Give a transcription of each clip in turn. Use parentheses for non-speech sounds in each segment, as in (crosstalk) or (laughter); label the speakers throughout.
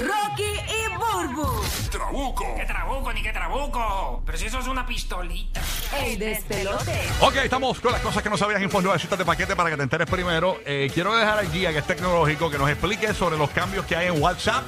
Speaker 1: Rocky y Burbu.
Speaker 2: Trabuco.
Speaker 3: ¡Qué trabuco, ni qué trabuco! Pero si eso es una pistolita.
Speaker 1: El despelote.
Speaker 2: Ok, estamos con las cosas que no sabías en Fondo de citas de paquete para que te enteres primero. Eh, quiero dejar al guía que es tecnológico que nos explique sobre los cambios que hay en WhatsApp,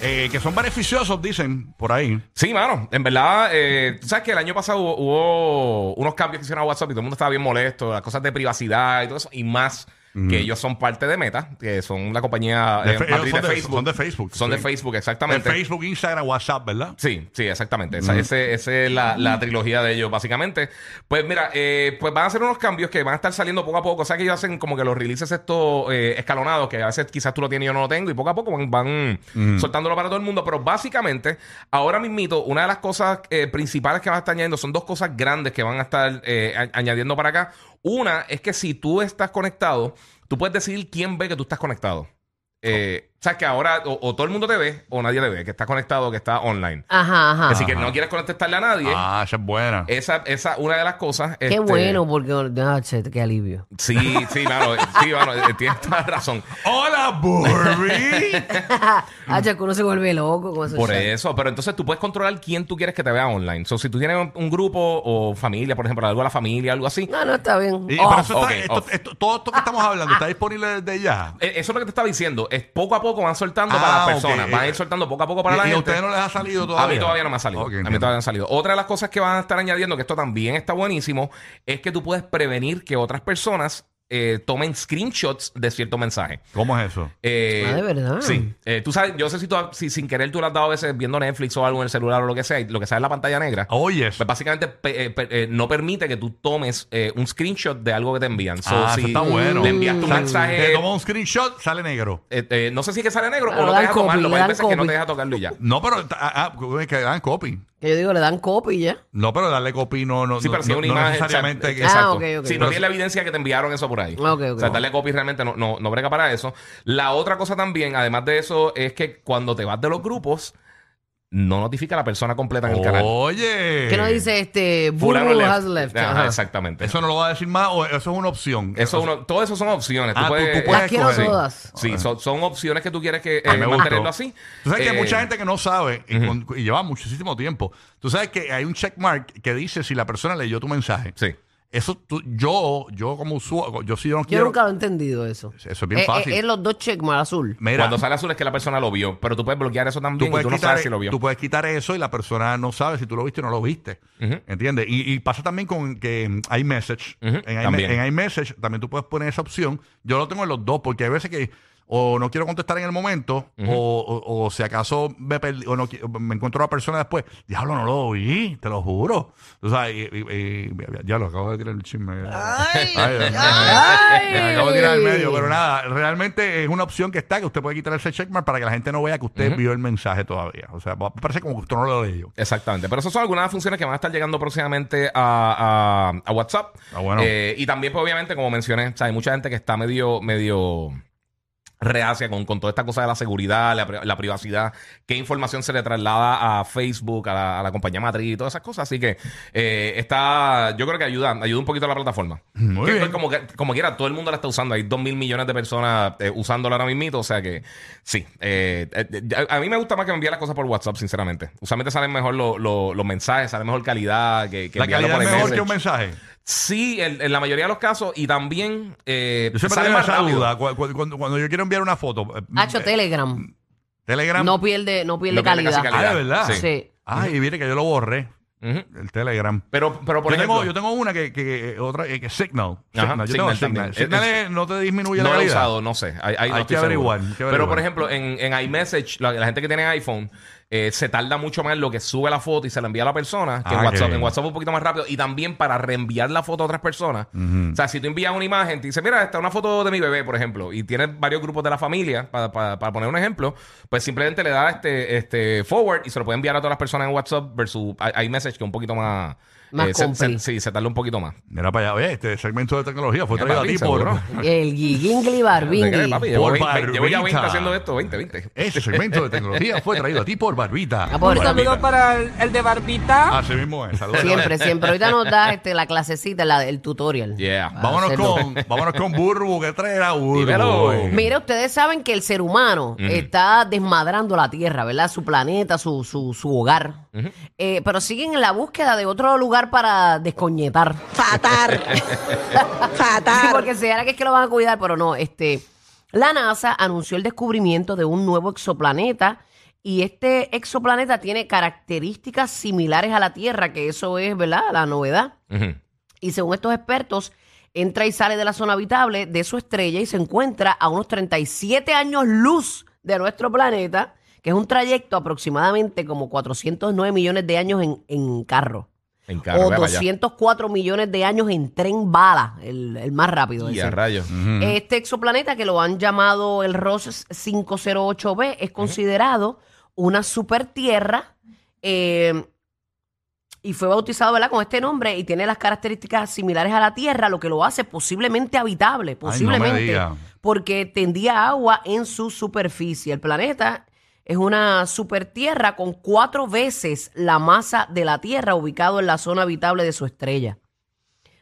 Speaker 2: eh, que son beneficiosos, dicen por ahí.
Speaker 4: Sí, mano. En verdad, eh, tú sabes que el año pasado hubo, hubo unos cambios que hicieron a WhatsApp y todo el mundo estaba bien molesto. Las cosas de privacidad y todo eso. Y más que ellos son parte de Meta, que son la compañía
Speaker 2: De
Speaker 4: eh,
Speaker 2: fe- ellos
Speaker 4: matriz de
Speaker 2: son de-
Speaker 4: Facebook.
Speaker 2: son de Facebook,
Speaker 4: Son
Speaker 2: sí.
Speaker 4: de Facebook,
Speaker 2: En
Speaker 4: exactamente.
Speaker 2: Facebook, Instagram, WhatsApp, ¿verdad?
Speaker 4: Sí, sí, exactamente. Esa, ese- ese es la, la trilogía de ellos, básicamente. Pues mira, eh, pues van a hacer unos cambios que van a estar saliendo poco a poco. O sea, que ellos hacen como que los releases estos eh, escalonados, que a veces quizás tú lo tienes y yo no lo tengo, y poco a poco van, van soltándolo para todo el mundo. Pero básicamente, ahora mismito, una de las cosas eh, principales que van a estar añadiendo son dos cosas grandes que van a estar eh, a- añadiendo para acá. Una es que si tú estás conectado, tú puedes decidir quién ve que tú estás conectado. Eh, O sea, que ahora o, o todo el mundo te ve o nadie te ve, que estás conectado o que estás online.
Speaker 5: Ajá, ajá.
Speaker 4: Así que no quieres contestarle a nadie.
Speaker 2: Ah, esa es buena.
Speaker 4: Esa es una de las cosas.
Speaker 5: Qué
Speaker 4: este,
Speaker 5: bueno, porque ah, che, qué alivio.
Speaker 4: Sí, sí, mano. sí, mano. eh, Tienes toda la razón.
Speaker 5: Pues
Speaker 2: Hola,
Speaker 4: (laughs)
Speaker 2: Burby.
Speaker 5: ah, che, que uno se vuelve loco con eso.
Speaker 4: Por eso, pero entonces tú puedes controlar quién tú quieres que te vea online. So, si tú tienes un, un grupo o familia, por ejemplo, algo a la familia, algo así,
Speaker 5: No, no, está bien.
Speaker 2: Y-
Speaker 5: Oh,
Speaker 2: pero eso está-
Speaker 4: ok,
Speaker 2: esto-
Speaker 4: off.
Speaker 2: esto- todo esto que estamos hablando está disponible desde ya.
Speaker 4: Eh, eso es lo que te estaba diciendo. Es poco a poco van soltando
Speaker 2: Ah,
Speaker 4: para las
Speaker 2: ok.
Speaker 4: personas. Van a ir soltando poco a poco para
Speaker 2: ¿Y-
Speaker 4: la
Speaker 2: y a
Speaker 4: gente.
Speaker 2: ustedes no les ha salido
Speaker 4: A
Speaker 2: todavía?
Speaker 4: mí todavía no me ha salido.
Speaker 2: Ok,
Speaker 4: a mí
Speaker 2: entiendo.
Speaker 4: todavía no me ha salido. Otra de las cosas que van a estar añadiendo, que esto también está buenísimo, es que tú puedes prevenir que otras personas eh, tomen screenshots de cierto mensaje.
Speaker 2: ¿Cómo es eso?
Speaker 4: Eh,
Speaker 5: Ah, ¿de verdad?
Speaker 2: Mm.
Speaker 4: Sí. Eh, tú sabes, yo sé si, tú, si sin querer tú lo has dado a veces viendo Netflix o algo en el celular o lo que sea, y lo que sale en la pantalla negra.
Speaker 2: Oye,
Speaker 4: Pues básicamente pe- eh, pe- eh, no permite que tú tomes eh, un screenshot de algo que te envían. So,
Speaker 2: ah,
Speaker 4: si
Speaker 2: eso está bueno. Mm.
Speaker 4: Le envías tu
Speaker 2: O sea, Te
Speaker 4: mensaje.
Speaker 2: toma un screenshot, sale negro.
Speaker 4: eh, eh, no sé si es que sale negro
Speaker 5: Claro,
Speaker 4: o
Speaker 5: le
Speaker 4: no te
Speaker 5: dan
Speaker 4: deja
Speaker 5: copy,
Speaker 4: tomarlo.
Speaker 5: le
Speaker 4: Hay
Speaker 5: dan
Speaker 4: veces que no
Speaker 5: copy.
Speaker 4: te deja tocarlo y ya.
Speaker 2: No, pero ah, ah, que dan copy.
Speaker 5: Que yo digo, le dan copy ya.
Speaker 2: No, pero darle copy no, no,
Speaker 4: Sí,
Speaker 2: no-
Speaker 4: pero si es
Speaker 2: no-
Speaker 4: una
Speaker 2: no
Speaker 4: imagen.
Speaker 2: necesariamente
Speaker 4: o sea,
Speaker 2: que-
Speaker 5: Ah,
Speaker 4: exacto.
Speaker 5: ok, ok.
Speaker 4: Si no
Speaker 5: Pero-
Speaker 4: tiene la evidencia que te enviaron eso por ahí.
Speaker 5: Ok, ok.
Speaker 4: O sea, darle copy realmente no, no, no brega para eso. La otra cosa también, además de eso, es que cuando te vas de los grupos, no notifica a la persona completa en
Speaker 2: Oh,
Speaker 4: el canal.
Speaker 2: Oye.
Speaker 5: Que no dice este,
Speaker 4: Eh, Fulano
Speaker 5: Burbu has left.
Speaker 4: Ajá,
Speaker 5: Ajá.
Speaker 4: exactamente. Eso,
Speaker 2: Eso no lo va a decir más o eso es una opción.
Speaker 4: uno, todo eso son opciones.
Speaker 2: Ah, tú- tú puedes
Speaker 5: Las quiero
Speaker 2: escoger.
Speaker 5: todas.
Speaker 4: Sí, son, son opciones que tú quieres que
Speaker 2: Ah,
Speaker 4: eh,
Speaker 2: me gustó.
Speaker 4: mantenerlo así.
Speaker 2: Tú sabes que hay
Speaker 4: Eh,
Speaker 2: mucha gente que no sabe y, con- y lleva muchísimo tiempo. Tú sabes que hay un checkmark que dice si la persona leyó tu mensaje.
Speaker 4: Sí.
Speaker 2: Eso tú- yo, yo como usuario, yo si yo no
Speaker 5: Yo
Speaker 2: quiero.
Speaker 5: nunca lo he entendido eso.
Speaker 2: Eso es bien
Speaker 5: Eh, eh,
Speaker 2: fácil.
Speaker 5: Es los dos checkmarks azul.
Speaker 2: Mira,
Speaker 4: Cuando sale azul es que la persona lo vio, pero tú puedes bloquear eso también
Speaker 2: tú
Speaker 4: y
Speaker 2: puedes,
Speaker 4: tú no
Speaker 2: quitar,
Speaker 4: sabes si lo vio.
Speaker 2: tú puedes quitar eso y la persona no sabe si tú lo viste o no lo viste. ¿Entiendes? Y, y pasa también con que mm, iMessage.
Speaker 4: Ujú,
Speaker 2: en, iMe-
Speaker 4: también.
Speaker 2: en iMessage también tú puedes poner esa opción. Yo lo tengo en los dos porque hay veces que o no quiero contestar en el momento o, o- o si acaso me, perdí- o no qui- me encuentro a la persona después. Diablo, no lo oí, te lo juro. Tú sabes, y- y- y- ya lo acabo de tirar el chisme. Ay, Dios mío. Me acabo de tirar al medio, pero nada, realmente es una opción que está, que usted puede quitar ese checkmark para que la gente no vea que usted vio el mensaje todavía. O sea, va- parece como que usted no lo leyó.
Speaker 4: Exactamente. Pero esas son algunas de las funciones que van a estar llegando próximamente a, a- a WhatsApp.
Speaker 2: Ah, bueno.
Speaker 4: Eh, y también, pues, obviamente, como mencioné, o sea, hay mucha gente que está medio, medio reacia con, con toda esta cosa de la seguridad, la, pri- la privacidad, qué información se le traslada a Facebook, a la, a la compañía matriz y todas esas cosas. Así que eh, está, yo creo que ayuda, ayuda un poquito a la plataforma.
Speaker 2: Muy
Speaker 4: Que
Speaker 2: bien.
Speaker 4: Como, que- como quiera, todo el mundo la está usando. Hay dos mil millones de personas eh, usándola ahora mismito. O sea que, sí. eh, eh, eh, a, a mí me gusta más que me envíe las cosas por WhatsApp, sinceramente. Usualmente salen mejor lo- lo- los mensajes, sale mejor calidad que, que
Speaker 2: la
Speaker 4: enviarlo
Speaker 2: calidad
Speaker 4: por
Speaker 2: es mejor que
Speaker 4: iMessage.
Speaker 2: un mensaje.
Speaker 4: Sí, en, en la mayoría de los casos. Y también eh,
Speaker 2: Yo siempre
Speaker 4: sale
Speaker 2: tengo
Speaker 4: más
Speaker 2: esa
Speaker 4: rápido.
Speaker 2: duda. Cu- cu- Cuando, cuando yo quiero enviar una foto, eh,
Speaker 5: Hacho
Speaker 2: eh,
Speaker 5: Telegram.
Speaker 2: Telegram.
Speaker 5: Ah, No pierde, no pierde
Speaker 4: Lo que tiene
Speaker 5: calidad.
Speaker 4: casi
Speaker 2: Ah, ¿de verdad?
Speaker 4: Sí.
Speaker 5: Sí.
Speaker 2: Ay, mire que yo lo borré,
Speaker 4: Ujú.
Speaker 2: el Telegram.
Speaker 4: Pero, pero por
Speaker 2: yo,
Speaker 4: ejemplo,
Speaker 2: tengo, yo tengo una que, que- eh, otra eh, que es Signal.
Speaker 4: Ajá,
Speaker 2: Signal. Yo tengo
Speaker 4: Signal
Speaker 2: Signal.
Speaker 4: también.
Speaker 2: Signal
Speaker 4: Es-
Speaker 2: es- no te disminuye
Speaker 4: no
Speaker 2: la
Speaker 4: lo he
Speaker 2: calidad.
Speaker 4: usado, no sé. Ahí, ahí no
Speaker 2: Hay
Speaker 4: estoy
Speaker 2: que
Speaker 4: seguro.
Speaker 2: averiguar, hay que
Speaker 4: Pero,
Speaker 2: averiguar.
Speaker 4: por ejemplo, en, en iMessage, la, la gente que tiene iPhone, eh, se tarda mucho más en lo que sube la foto y se la envía a la persona que
Speaker 2: Ah,
Speaker 4: en
Speaker 2: qué
Speaker 4: WhatsApp.
Speaker 2: bien.
Speaker 4: En WhatsApp es un poquito más rápido. Y también para reenviar la foto a otras personas. O sea, si tú envías una imagen, te dice, mira, está una foto de mi bebé, por ejemplo, y tienes varios grupos de la familia, pa- pa- para poner un ejemplo, pues simplemente le da este, este forward y se lo puede enviar a todas las personas en WhatsApp versus i- iMessage, que es un poquito más...
Speaker 5: Más
Speaker 4: Eh, se-
Speaker 5: compli.
Speaker 4: se- sí, se tarda un poquito más.
Speaker 2: Mira para allá, oye, este segmento de tecnología fue
Speaker 4: Ya,
Speaker 2: traído a
Speaker 4: papi,
Speaker 2: ti
Speaker 4: seguro.
Speaker 2: por...
Speaker 5: El
Speaker 4: (laughs)
Speaker 5: Gigingli
Speaker 4: ¿Te crees, papi?
Speaker 5: Barbingli. Ah,
Speaker 4: Llevo,
Speaker 2: Por
Speaker 4: vein- vein- llevo ya 20
Speaker 2: barbita.
Speaker 4: haciendo esto, 20, 20.
Speaker 2: Ese Este segmento de tecnología fue traído a ti por Barbita.
Speaker 5: Ah, por-
Speaker 2: Por
Speaker 6: Saludos
Speaker 2: Barbita.
Speaker 6: para el, el de Barbita.
Speaker 2: Así mismo es, saludos.
Speaker 5: Siempre, siempre. Ahorita nos da este, la clasecita, la, el tutorial.
Speaker 4: Yeah.
Speaker 5: Para
Speaker 2: Vámonos
Speaker 5: hacerlo.
Speaker 2: con, vámonos con Burbu, que trae la Burbu.
Speaker 4: Dímelo.
Speaker 5: Mira, ustedes saben que el ser humano está desmadrando la Tierra, ¿verdad? Su planeta, su, su, su hogar. Eh, pero siguen en la búsqueda de otro lugar para descoñetar. (laughs)
Speaker 1: Fatal.
Speaker 5: Sí,
Speaker 1: Fatal.
Speaker 5: porque será que es que lo van a cuidar, pero no. Este, la NASA anunció el descubrimiento de un nuevo exoplaneta y este exoplaneta tiene características similares a la Tierra, que eso es, ¿verdad? La novedad.
Speaker 4: Ujú.
Speaker 5: Y según estos expertos, entra y sale de la zona habitable de su estrella y se encuentra a unos 37 años luz de nuestro planeta, que es un trayecto aproximadamente como 409 millones de años en, en carro.
Speaker 4: Me encargo,
Speaker 5: o
Speaker 4: vea para allá.
Speaker 5: 204 millones de años en tren bala, el, el más rápido.
Speaker 4: Y
Speaker 5: ese.
Speaker 4: a rayos.
Speaker 5: Este exoplaneta que lo han llamado el ROS 508b es considerado una super tierra y fue bautizado ¿verdad? con este nombre y tiene las características similares a la Tierra, lo que lo hace posiblemente habitable, posiblemente,
Speaker 2: diga.
Speaker 5: porque tendía agua en su superficie. El planeta es una super tierra con cuatro veces la masa de la Tierra ubicado en la zona habitable de su estrella.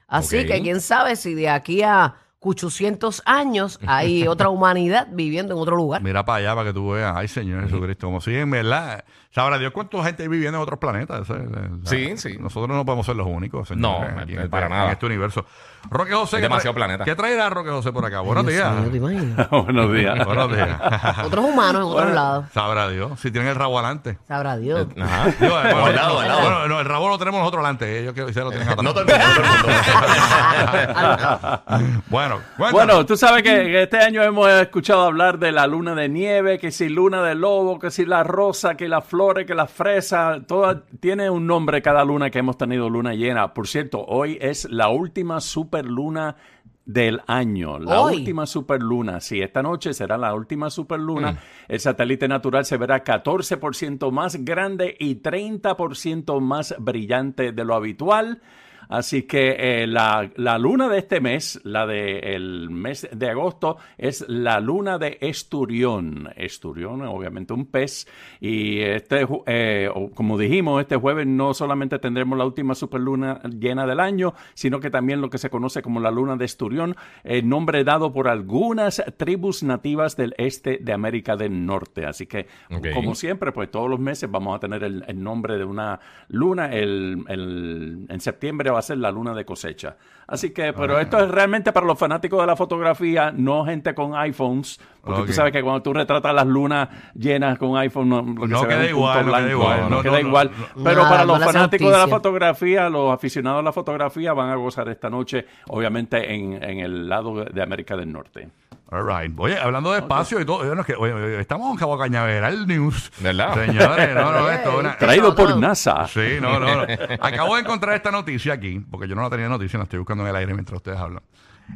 Speaker 5: Así
Speaker 4: Ok.
Speaker 5: que quién sabe si de aquí a 800 años
Speaker 2: (laughs)
Speaker 5: hay otra humanidad viviendo en otro lugar.
Speaker 2: Mira para allá para que tú veas. Ay, Señor Jesucristo, como siguen, ¿verdad? Sabrá Dios cuánta gente viviendo en otros planetas. Esa es la-
Speaker 4: Sí, sí.
Speaker 2: Nosotros no podemos ser los únicos. señores,
Speaker 4: No,
Speaker 2: aquí
Speaker 4: eh,
Speaker 2: en
Speaker 4: para
Speaker 2: este-
Speaker 4: nada.
Speaker 2: En este universo. Roque José.
Speaker 4: Es
Speaker 2: ¿qué
Speaker 4: demasiado
Speaker 2: trae-
Speaker 4: planeta.
Speaker 2: ¿Qué traerá Roque José por acá? Buenos
Speaker 5: Dios
Speaker 2: días.
Speaker 5: mío, ¿te imaginas?
Speaker 7: (laughs) Buenos días.
Speaker 2: Buenos días. (laughs)
Speaker 5: Otros humanos en otros lados.
Speaker 2: Sabrá Dios. Si tienen el rabo adelante.
Speaker 5: Sabrá Dios.
Speaker 4: Ajá.
Speaker 2: Digo, eh, bueno,
Speaker 4: Al lado, al lado.
Speaker 2: bueno, no, el rabo lo tenemos nosotros eh, adelante. Ellos que se lo tienen atrás.
Speaker 4: No todo el mundo, no todo el mundo.
Speaker 2: (laughs) bueno, cuéntanos.
Speaker 7: Bueno, tú sabes que, que este año hemos escuchado hablar de la luna de nieve, que si luna de lobo, que si la rosa, que las flores, que las fresas, toda tiene un nombre cada luna que hemos tenido luna llena. Por cierto, hoy es la última superluna del año, la
Speaker 5: Hoy.
Speaker 7: última superluna. Sí, esta noche será la última superluna. El satélite natural se verá 14% más grande y 30% más brillante de lo habitual. Así que eh, la, la luna de este mes, la del mes de agosto, es la luna de Esturión. Esturión, obviamente, un pez. Y este, ju- eh, o- como dijimos, este jueves no solamente tendremos la última superluna llena del año, sino que también lo que se conoce como la luna de Esturión, eh, nombre dado por algunas tribus nativas del este de América del Norte. Así que,
Speaker 4: Ok.
Speaker 7: como siempre, pues todos los meses vamos a tener el, el nombre de una luna. El, el- en septiembre va a ser la luna de cosecha. Así que, pero esto es realmente para los fanáticos de la fotografía, no gente con iPhones, porque
Speaker 2: Ok.
Speaker 7: tú sabes que cuando tú retratas las lunas llenas con iPhone, no, lo que
Speaker 2: No
Speaker 7: se ve
Speaker 2: queda
Speaker 7: es un punto
Speaker 2: igual, no queda
Speaker 7: blanco,
Speaker 2: igual.
Speaker 7: no
Speaker 2: No,
Speaker 7: queda
Speaker 2: no,
Speaker 7: igual.
Speaker 5: no.
Speaker 7: Pero
Speaker 5: Nada,
Speaker 7: para
Speaker 5: no
Speaker 7: los
Speaker 5: le hace
Speaker 7: fanáticos de la
Speaker 5: justicia.
Speaker 7: fotografía, los aficionados a la fotografía van a gozar esta noche, obviamente, en, en el lado de América del Norte.
Speaker 2: All right. Oye, hablando de espacio y todo, oye, no, es que, oye, oye, estamos en Cabo Cañaveral News.
Speaker 4: ¿Verdad?
Speaker 2: Señores, no, no, esto es una...
Speaker 7: Traído
Speaker 5: no,
Speaker 7: por
Speaker 5: no.
Speaker 7: NASA.
Speaker 2: Sí, no, no, no. Acabo de encontrar esta noticia aquí, porque yo no la tenía noticia, la estoy buscando en el aire mientras ustedes hablan.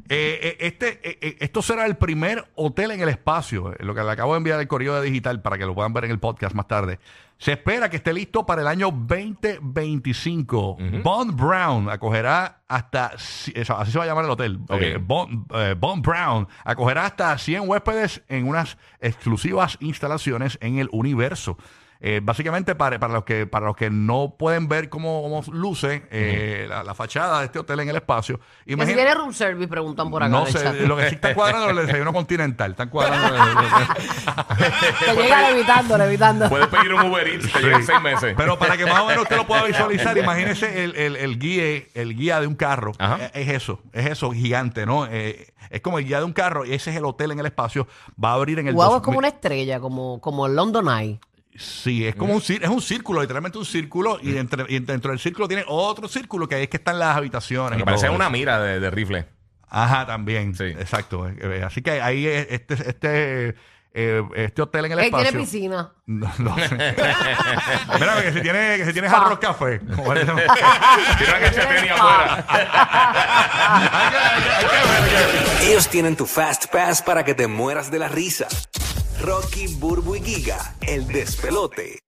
Speaker 2: Eh, eh, este, eh, eh, esto será el primer hotel en el espacio, eh, lo que le acabo de enviar el correo de digital para que lo puedan ver en el podcast más tarde. Se espera que esté listo para el año 2025. Von Brown acogerá hasta, ci- eso, así se va a llamar el hotel.
Speaker 4: Ok.
Speaker 2: Eh, Von, eh, Von Brown acogerá hasta 100 huéspedes en unas exclusivas instalaciones en el universo. Eh, básicamente, para, para, los que, para los que no pueden ver cómo, cómo luce eh, la, la fachada de este hotel en el espacio,
Speaker 5: Que si
Speaker 2: imagina-
Speaker 5: tiene room service, preguntan por acá. en
Speaker 2: No
Speaker 5: el chat. (laughs)
Speaker 2: sé, lo que sí está cuadrando es el desayuno continental. Están cuadrando.
Speaker 5: Que llega levitando, levitando.
Speaker 4: (laughs) Puedes pedir un Uber Eats, te llega en seis meses.
Speaker 2: Pero para que más o menos usted lo pueda visualizar, imagínese el, el, el guía, el guía de un carro.
Speaker 4: Ajá.
Speaker 2: Eh, Es eso, es eso, gigante, ¿no? Eh, es como el guía de un carro y ese es el hotel en el espacio. Va a abrir en el
Speaker 5: Guau es
Speaker 2: 2000.
Speaker 5: como una estrella, como, como el London Eye.
Speaker 2: Sí, es como un, cir- es un círculo, literalmente un círculo,
Speaker 4: Mm.
Speaker 2: y, entre- y dentro del círculo tiene otro círculo que ahí es que están las habitaciones.
Speaker 4: Me
Speaker 2: y
Speaker 4: parece
Speaker 2: todo
Speaker 4: una
Speaker 2: eso.
Speaker 4: mira de, de rifle.
Speaker 2: Ajá, también.
Speaker 4: Sí.
Speaker 2: Exacto. Eh, eh, Así que ahí eh, este, este, eh, este hotel en el
Speaker 5: Él
Speaker 2: espacio.
Speaker 5: tiene piscina.
Speaker 2: (laughs) No, no sé. Mira, que si tiene, que si tiene
Speaker 5: Spa.
Speaker 2: arroz
Speaker 4: (laughs)
Speaker 2: café. Como él llama.
Speaker 4: Tiene una cachetera afuera.
Speaker 2: Hay que- hay que- hay que ver.
Speaker 8: Ellos tienen tu Fast Pass para que te mueras de la risa. Rocky, Burbu y Giga, el despelote.